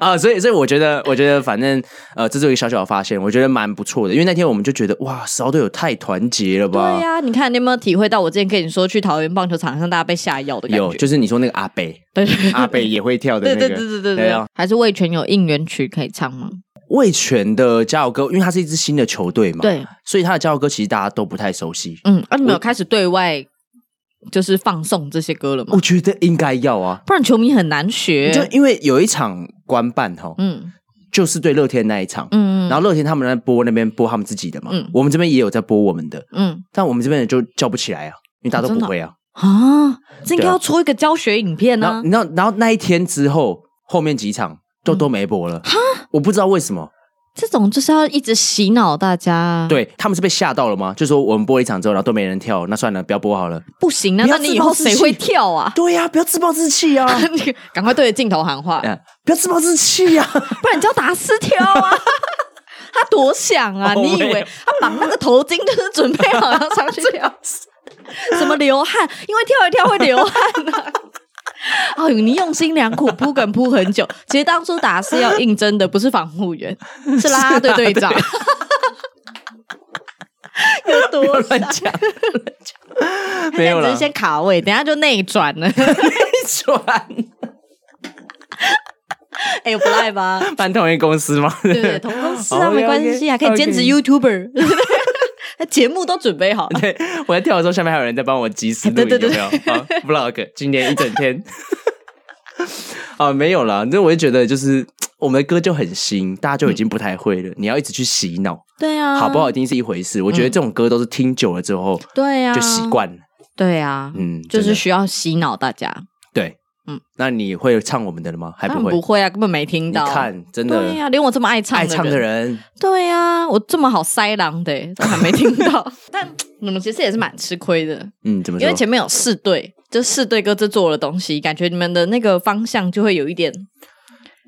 A: 啊，所以所以我觉得，我觉得反正呃，这是一个小小的发现，我觉得蛮不错的，因为那天我们就觉得哇，十号队友太团结了
B: 对
A: 吧？
B: 呀，你看你有没有体会到我之前跟你说去桃园棒球场上大家被下药的感
A: 有，
B: 觉？
A: 就是你说那个阿 北，
B: 对对
A: 阿北也会跳的
B: 对
A: 那个，
B: 对对对
A: 对
B: 对对
A: 啊，
B: 还是魏全有应援曲可以唱吗？
A: 魏权的加油歌，因为他是一支新的球队嘛，，
B: 对，
A: 所以他的加油歌其实大家都不太熟悉。
B: 嗯，啊，你们有开始对外就是放送这些歌了吗
A: 我？觉得应该要啊，
B: 不然球迷很难学。
A: 就因为有一场官办哈，
B: 嗯
A: 就是对乐天那一场，
B: 嗯嗯
A: 然后乐天他们在播那边播他们自己的嘛，
B: 嗯
A: 我们这边也有在播我们的，
B: 嗯
A: 但我们这边的就叫不起来啊，因为
B: 哦
A: 大家都不会啊。
B: 啊，这应该
A: 对啊
B: 要出一个教学影片啊
A: 然后
B: 呢
A: 你。知道，然后那一天之后，后面几场就都没播了，
B: 嗯
A: 我不知道为什么。
B: 这种就是要一直洗脑大家。，
A: 对他们是被吓到了吗？就说我们播一场之后，然后都没人跳，那算了，不要播好了。
B: 不行啊，
A: 不要
B: 那
A: 自
B: 你以后
A: 暴自弃
B: 谁会跳啊？
A: 对呀、不要自暴自弃啊！
B: 你赶快对着镜头喊话，
A: 嗯，不要自暴自弃呀、啊！
B: 不然你叫达斯跳 啊！他多想啊！
A: 哦
B: 你以
A: 我
B: 为
A: 也
B: 他绑那个头巾就是准备好要上去 跳？什么流汗？因为跳一跳会流汗啊！ 哦，你用心良苦，铺梗铺很久。其实当初达斯要应征的不是防 护员，是
A: 啊
B: 啦啦队队长。 有 多
A: 乱
B: 想
A: 讲，
B: 他
A: 没
B: 现
A: 有
B: 在只
A: 了
B: 是，先卡位，等一下就内转 了。
A: 转
B: 哎、不赖吧？
A: 办同一个公司吗？
B: 对对，同公司啊，
A: 哦 OK，OK，
B: 没关系啊，可以兼职
A: OK
B: YouTuber。节目都准备好，
A: 对，我在跳的时候，下面还有人在帮我及时录
B: 对
A: 影，
B: 对
A: 有没有？ 啊，vlog 今天一整天。 啊，没有啦，那我就觉得就是我们的歌就很新，大家就已经不太会了。你要一直去洗脑，
B: 对啊，
A: 好不好？听是一回事。我觉
B: 嗯
A: 得这种歌都是听久了之后
B: 对啊，
A: 就习，惯了。
B: 对啊，
A: 嗯，
B: 就
A: 真
B: 是
A: 的
B: 需要洗脑大家。
A: 对，嗯
B: 嗯。
A: 那你会唱我们的了吗？还
B: 当
A: 不
B: 然
A: 会？
B: 不会啊，根本没听
A: 你
B: 到。
A: 看，真
B: 对
A: 的
B: 呀，连我这么爱唱
A: 爱唱的
B: 人，
A: 人，
B: 对啊，我这么好塞狼的欸，都还没听 到。但我们其实也是蛮吃亏的，
A: 嗯，怎么
B: 因
A: 说
B: 为？前面有四队，就四队各自做了东西，感觉你们的那个方向就会有一点，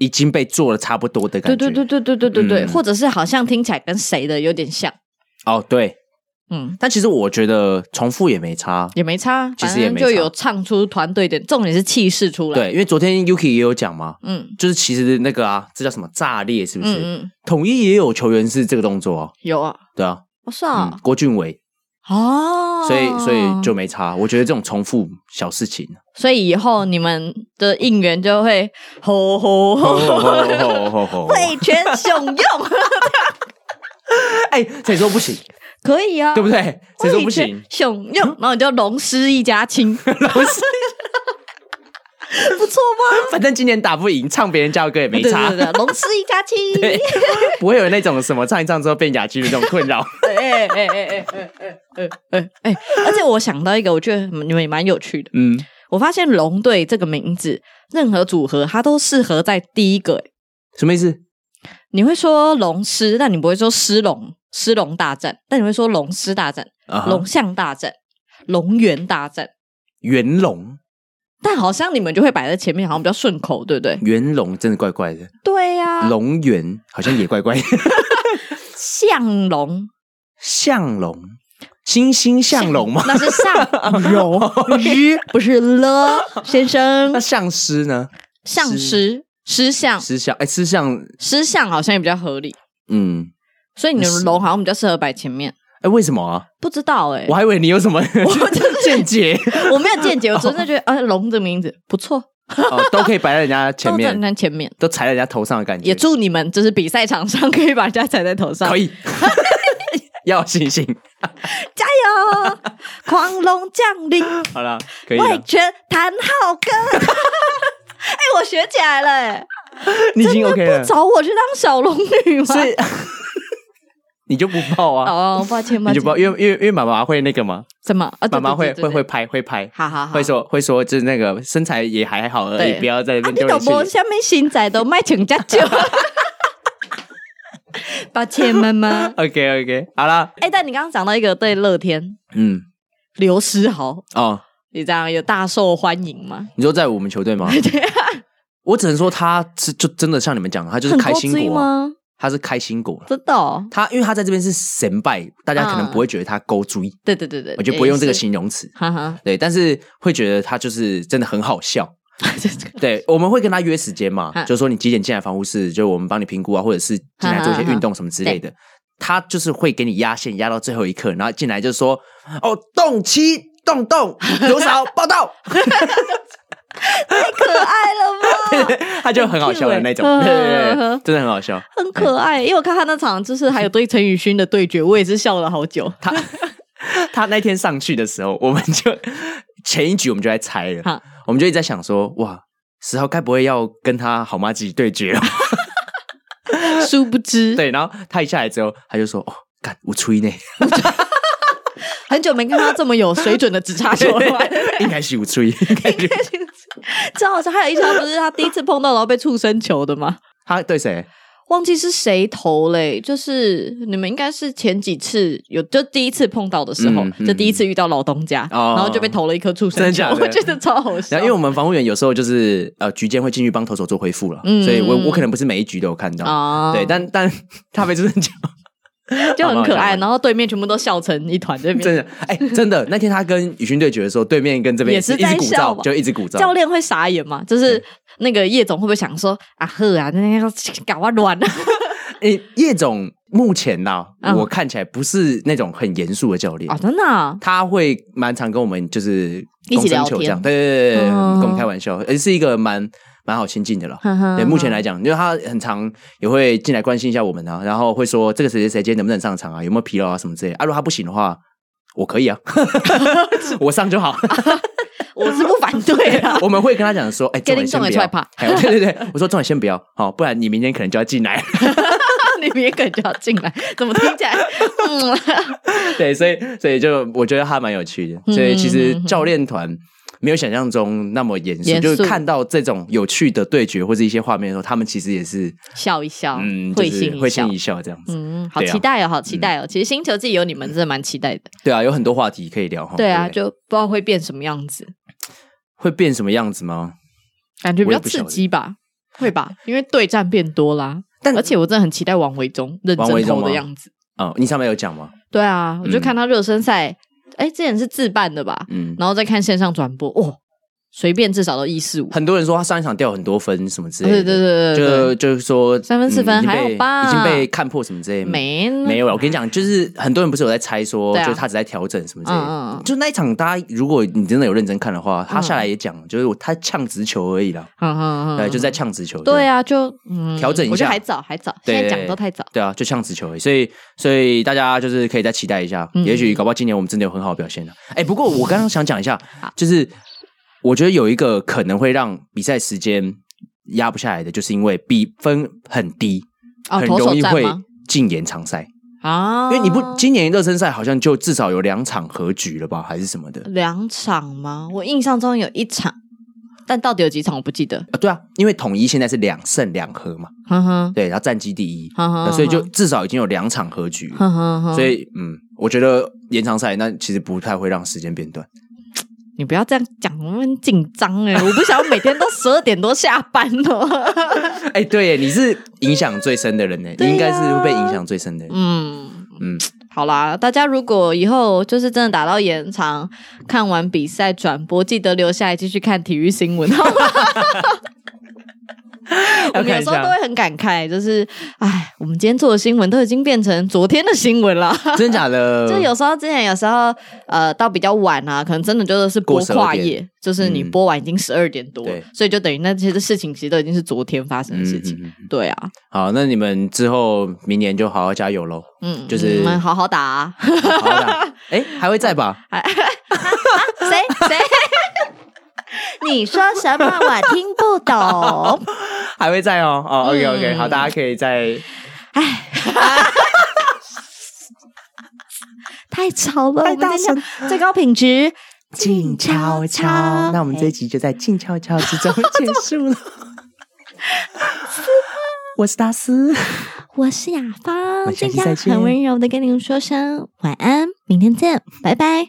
A: 已经被做的差不多的感
B: 对
A: 觉。
B: 对对对对对对对，
A: 嗯
B: 或者是好像听起来跟谁的有点像。
A: 哦，对，
B: 嗯，
A: 但其实我觉得重复也没差。
B: 也没差，
A: 其
B: 反
A: 实也
B: 正
A: 没
B: 就
A: 差
B: 有唱出团队的，重点是气势出来。，
A: 对，因为昨天 Yuki 也有讲嘛，
B: 嗯
A: 就是其实那个啊，这叫什么炸裂，是不是？
B: 嗯嗯，
A: 统一也有球员是这个动作、哦，
B: 有啊，
A: 对啊，
B: 我
A: 嗯
B: 是啊，，
A: 郭俊伟，
B: 哦，
A: 所以所以就没差。我觉得这种重复小事情，
B: 所以以后你们的应援就会吼吼
A: 吼
B: 吼，
A: 吼吼吼吼吼
B: 为全汹涌，
A: 哎，谁说不 行？
B: 可以啊，
A: 对不对？谁说不
B: 为
A: 行
B: 全？汹涌，然后你就龙狮一家亲，
A: 不是，
B: 不错吗？
A: 反正今年打不赢，唱别人家的歌也没差
B: 对，对对，龙狮一家亲。
A: 对， 不会有那种什么唱一唱之后变哑剧的这种困 扰。
B: 哎哎哎哎哎哎哎哎！而且我想到一个，我觉得你们也蛮有趣的。
A: 嗯，
B: 我发现“龙队”这个名字，任何组合它都适合在第一个。欸
A: 什么意思？
B: 你会说龙狮，但你不会说狮龙、狮龙大战，但你会说龙狮大战、
A: 啊哈
B: 龙象大战、龙源大战。
A: 元龙，
B: 但好像你们就会摆在前面，好像比较顺口，对不对？
A: 元龙真的怪怪的，
B: 对呀、
A: 龙源好像也怪 怪的，
B: 象龙
A: 向龙，欣欣向荣吗？哦
B: 那是 上龙，日不是了，先生
A: 那。相师呢？
B: 象狮、狮象、
A: 师相，哎，师相，
B: 狮象好像也比较合理，
A: 嗯，
B: 所以你的
A: 是
B: 龙好像比较适合摆前面。
A: 哎，为什么啊？
B: 不知道哎、
A: 我还以为你有什么见解
B: 我没有见解，我只是觉得，啊，龙的名字不错，
A: 哦，都可以摆在人家前
B: 都在
A: 面，
B: 那前面。
A: 都踩在人家头上的感觉
B: 也，祝你们就是比赛场上可以把人家踩在头上，
A: 可 以，要有信心。
B: 加油！ 狂龙降临，
A: 好了，可以啊
B: 外
A: 了，
B: 拳谭浩哥。 哎、我学起来了、哎，
A: 你已经 OK 了，
B: 找我去当小龙女吗？
A: 所以 你就不报啊？
B: 啊哦，抱歉，抱
A: 你就，
B: 歉
A: 不要，因为因为因为妈妈会那个嘛，
B: 怎么？啊，对
A: 妈妈会会，
B: 对对
A: 会
B: 对对
A: 拍会拍，
B: 好好好，啊
A: 会说会说，就是那个身材也还好而已，
B: 对
A: 不要在那
B: 啊，
A: 边
B: 你
A: 丢
B: 都
A: 人
B: 无
A: 去。
B: 虾米身材都卖请家 酒。 抱歉，妈妈。
A: OK OK，好啦，
B: 哎、但你刚刚讲到一个对乐天
A: 嗯
B: 刘诗豪，
A: 哦，
B: 你这样有大受欢迎吗？
A: 你说在我们球队吗？我只能说他是就真的像你们讲的， 他就是
B: 很
A: 开
B: 多
A: 心
B: 追
A: 果啊，
B: 吗？
A: 他是开心果。
B: 真的、哦？
A: 他因为他在这边是神败，大家可能
B: 嗯
A: 不会觉得他勾追，
B: 对对对对，
A: 我就不会用这个
B: 也是，
A: 形容词，
B: 哈哈，
A: 对，但是会觉得他就是真的很好笑。
B: 这个
A: 对，我们会跟他约时间嘛
B: 嗯，
A: 就是说你几点进来防护室，就我们帮你评估啊，或者是进来
B: 嗯
A: 做一些运动什么之类的。他就是会给你压线，压到最后一刻，然后进来就说：“哦，动七动动刘少报道。
B: 可爱 了吧？”
A: 他就很好笑的那种，
B: 很
A: 对
B: cute 欸
A: 对对对，真的很好笑。
B: 很可爱，因为我看他那场就是还有对陈宇勋的对决，我也是笑了 好久。
A: 他他那天上去的时候，我们就前一局我们就在猜
B: 好
A: 了，我们就一直在想说：“哇，十号该不会要跟他好妈鸡对 决哦？”
B: 殊不知，
A: 对，然后他一下来之后，他就说：“哦，干，我出 一内。”
B: 很久没看到这么有水准的直插球了吧。
A: 应该是有吹，应该 是
B: 这好像还有一场不是他第一次碰到然后被触身球的吗？
A: 他对谁？
B: 忘记是谁投嘞，就是你们应该是前几次有，就第一次碰到的时候，
A: 嗯嗯
B: 就第一次遇到老东家，
A: 哦
B: 然后就被投了一颗触
A: 真
B: 身
A: 的假
B: 球，
A: 的
B: 我觉得超好笑。
A: 然后，因为我们防护员有时候就是呃，局间会进去帮投手做恢复了，
B: 嗯
A: 所以我我可能不是每一局都有看到。
B: 啊
A: 对，但但他被真的讲，
B: 就很可
A: 好好
B: 爱，
A: 笑
B: 然后对面全部都笑成一团，这
A: 真
B: 边
A: 的，哎、真的，那天他跟宇勋对决的时候，对面跟这边
B: 也是
A: 一直
B: 在
A: 鼓
B: 笑吧
A: 噪，就一直鼓
B: 教
A: 噪。
B: 练会傻眼嘛？就是那个叶总会不会想说啊呵啊，那要搞啊乱啊？
A: 哎、叶总目前呐、
B: 嗯
A: 我看起来不是那种很严肃的教练。
B: 啊，真的啊
A: 他会蛮常跟我们就是
B: 一起聊
A: 公生球这样
B: 天
A: 对对对对，对
B: 嗯
A: 跟我们开玩笑，而是一个蛮蛮好亲近的了。
B: 哼哼
A: 对，目前来讲，因为他很常也会进来关心一下我们啊，然后会说这个谁谁谁今天能不能上场啊，有没有疲劳啊什么之类的。啊，如果他不行的话，我可以 啊，我上就好。 。
B: 我是不反对啊
A: 我们会跟他讲说，哎，
B: 给
A: 重
B: 林
A: 点先不
B: 仲也出来
A: 要
B: 怕。
A: 哎对对对，我说重点先不要，好，不然你明天可能就要进来。
B: 你们也感觉要进来，怎么听 起来？嗯，
A: 对，所以所以就我觉得他蛮有趣的。所以其
B: 嗯
A: 实教练团没有想象中那么严肃，
B: 严肃
A: 就是看到这种有趣的对决或者一些画面的时候，他们其实也是
B: 笑一笑，
A: 嗯，就
B: 会
A: 是
B: 心一
A: 会心
B: 笑
A: 一。笑这样子。
B: 嗯，好
A: 对啊
B: 期待哦，好期待哦！其实新球季有你们，真的蛮期待的。
A: 对啊，有很多话题可以聊哈。
B: 对啊，
A: 不
B: 就不知道会变什么样子，
A: 会变什么样子吗？
B: 感觉比
A: 我也
B: 较
A: 不
B: 刺
A: 晓得
B: 激吧？会吧？因为对战变多啦。
A: 但
B: 而且我真的很期待王维忠认
A: 王维
B: 真
A: 忠
B: 投的
A: 吗
B: 样子。
A: 啊、你上面有讲吗？
B: 对啊，我就看他热身赛，哎、之前是自办的吧，
A: 嗯，
B: 然后再看线上转播，哇、随便至少都一四五，
A: 很多人说他上一场掉很多分什么之类
B: 哦
A: 的，
B: 对对对对
A: 就
B: 对
A: 就是说嗯
B: 三分四分
A: 已经
B: 还好
A: 被
B: 吧
A: 已经被看破什么之类
B: 对，
A: 的，
B: 没
A: 没有了。我跟你讲，就是很多人不是有在猜说，
B: 嗯对啊
A: 就是他只在调整什么之类的。
B: 嗯嗯嗯
A: 就那一场，大家如果你真的有认真看的话，他下来也讲，就是我他呛直球而已啦，
B: 嗯嗯嗯，
A: 对，就在呛直球。
B: 对啊，就嗯
A: 调整一下
B: 我觉得还早还早，
A: 对
B: 现在讲都太早。
A: 对啊，就呛直球而已。所以，所以大家就是可以再期待一下，
B: 嗯
A: 也许搞不好今年我们真的有很好的表现了。哎，不过我刚刚想讲一下
B: 好，
A: 就是我觉得有一个可能会让比赛时间压不下来的，就是因为比分很低，
B: 哦，
A: 很
B: 投手
A: 容易
B: 战
A: 会
B: 吗？
A: 进延长赛。
B: 啊，
A: 因为你不今年热身赛好像就至少有两场和局了吧，还是什么的
B: 两场吗？我印象中有一场，但到底有几场我不记得。
A: 啊？对啊，因为统一现在是两胜两和嘛，
B: 哼哼，
A: 对，然后战绩第一，
B: 哼哼
A: 呃所以就至少已经有两场和局了，
B: 哼哼哼，
A: 所以嗯，我觉得延长赛那其实不太会让时间变短。
B: 你不要这样讲，我很紧张哎，我不想要每天都十二点多下班哦。
A: 哎，对耶，你是影响最深的人呢，你
B: 对啊
A: 应该是会被影响最深的人。
B: 嗯。
A: 嗯，
B: 好啦，大家如果以后就是真的打到延长，看完比赛转播，记得留下来继续看体育新闻。 好吗我
A: 要看一下
B: 们有时候都会很感慨，就是哎，我们今天做的新闻都已经变成昨天的新 闻了。
A: 真的假 的？
B: 就有时候之前有时候呃到比较晚啊，可能真的就是播
A: 过12
B: 跨
A: 点
B: 夜，就是你
A: 嗯
B: 播完已经十二点多了
A: 对
B: 所以就等于那些事情其实都已经是昨天发生的
A: 嗯
B: 事
A: 嗯
B: 情。
A: 嗯
B: 对啊，
A: 好，那你们之后明年就好好加油 喽。
B: 嗯，
A: 就是
B: 我们好好打、啊，
A: 好的，哎，还会在 吧？
D: 谁谁？ 你说什么？我听不懂。
A: 还会在哦。哦，OK OK，
B: 嗯
A: 好，大家可以再
D: 太吵了，
A: 太
D: 我们
A: 大
D: 在
A: 声
D: 讲最高品质。
A: 静悄悄。那我们这一集就在静悄悄之中结束了。哎我是大师，
D: 我是雅
A: 我
D: 芳，
A: 下
D: 今
A: 期
D: 天
A: 再见
D: 很温柔的跟您说声晚安，明天见，拜拜。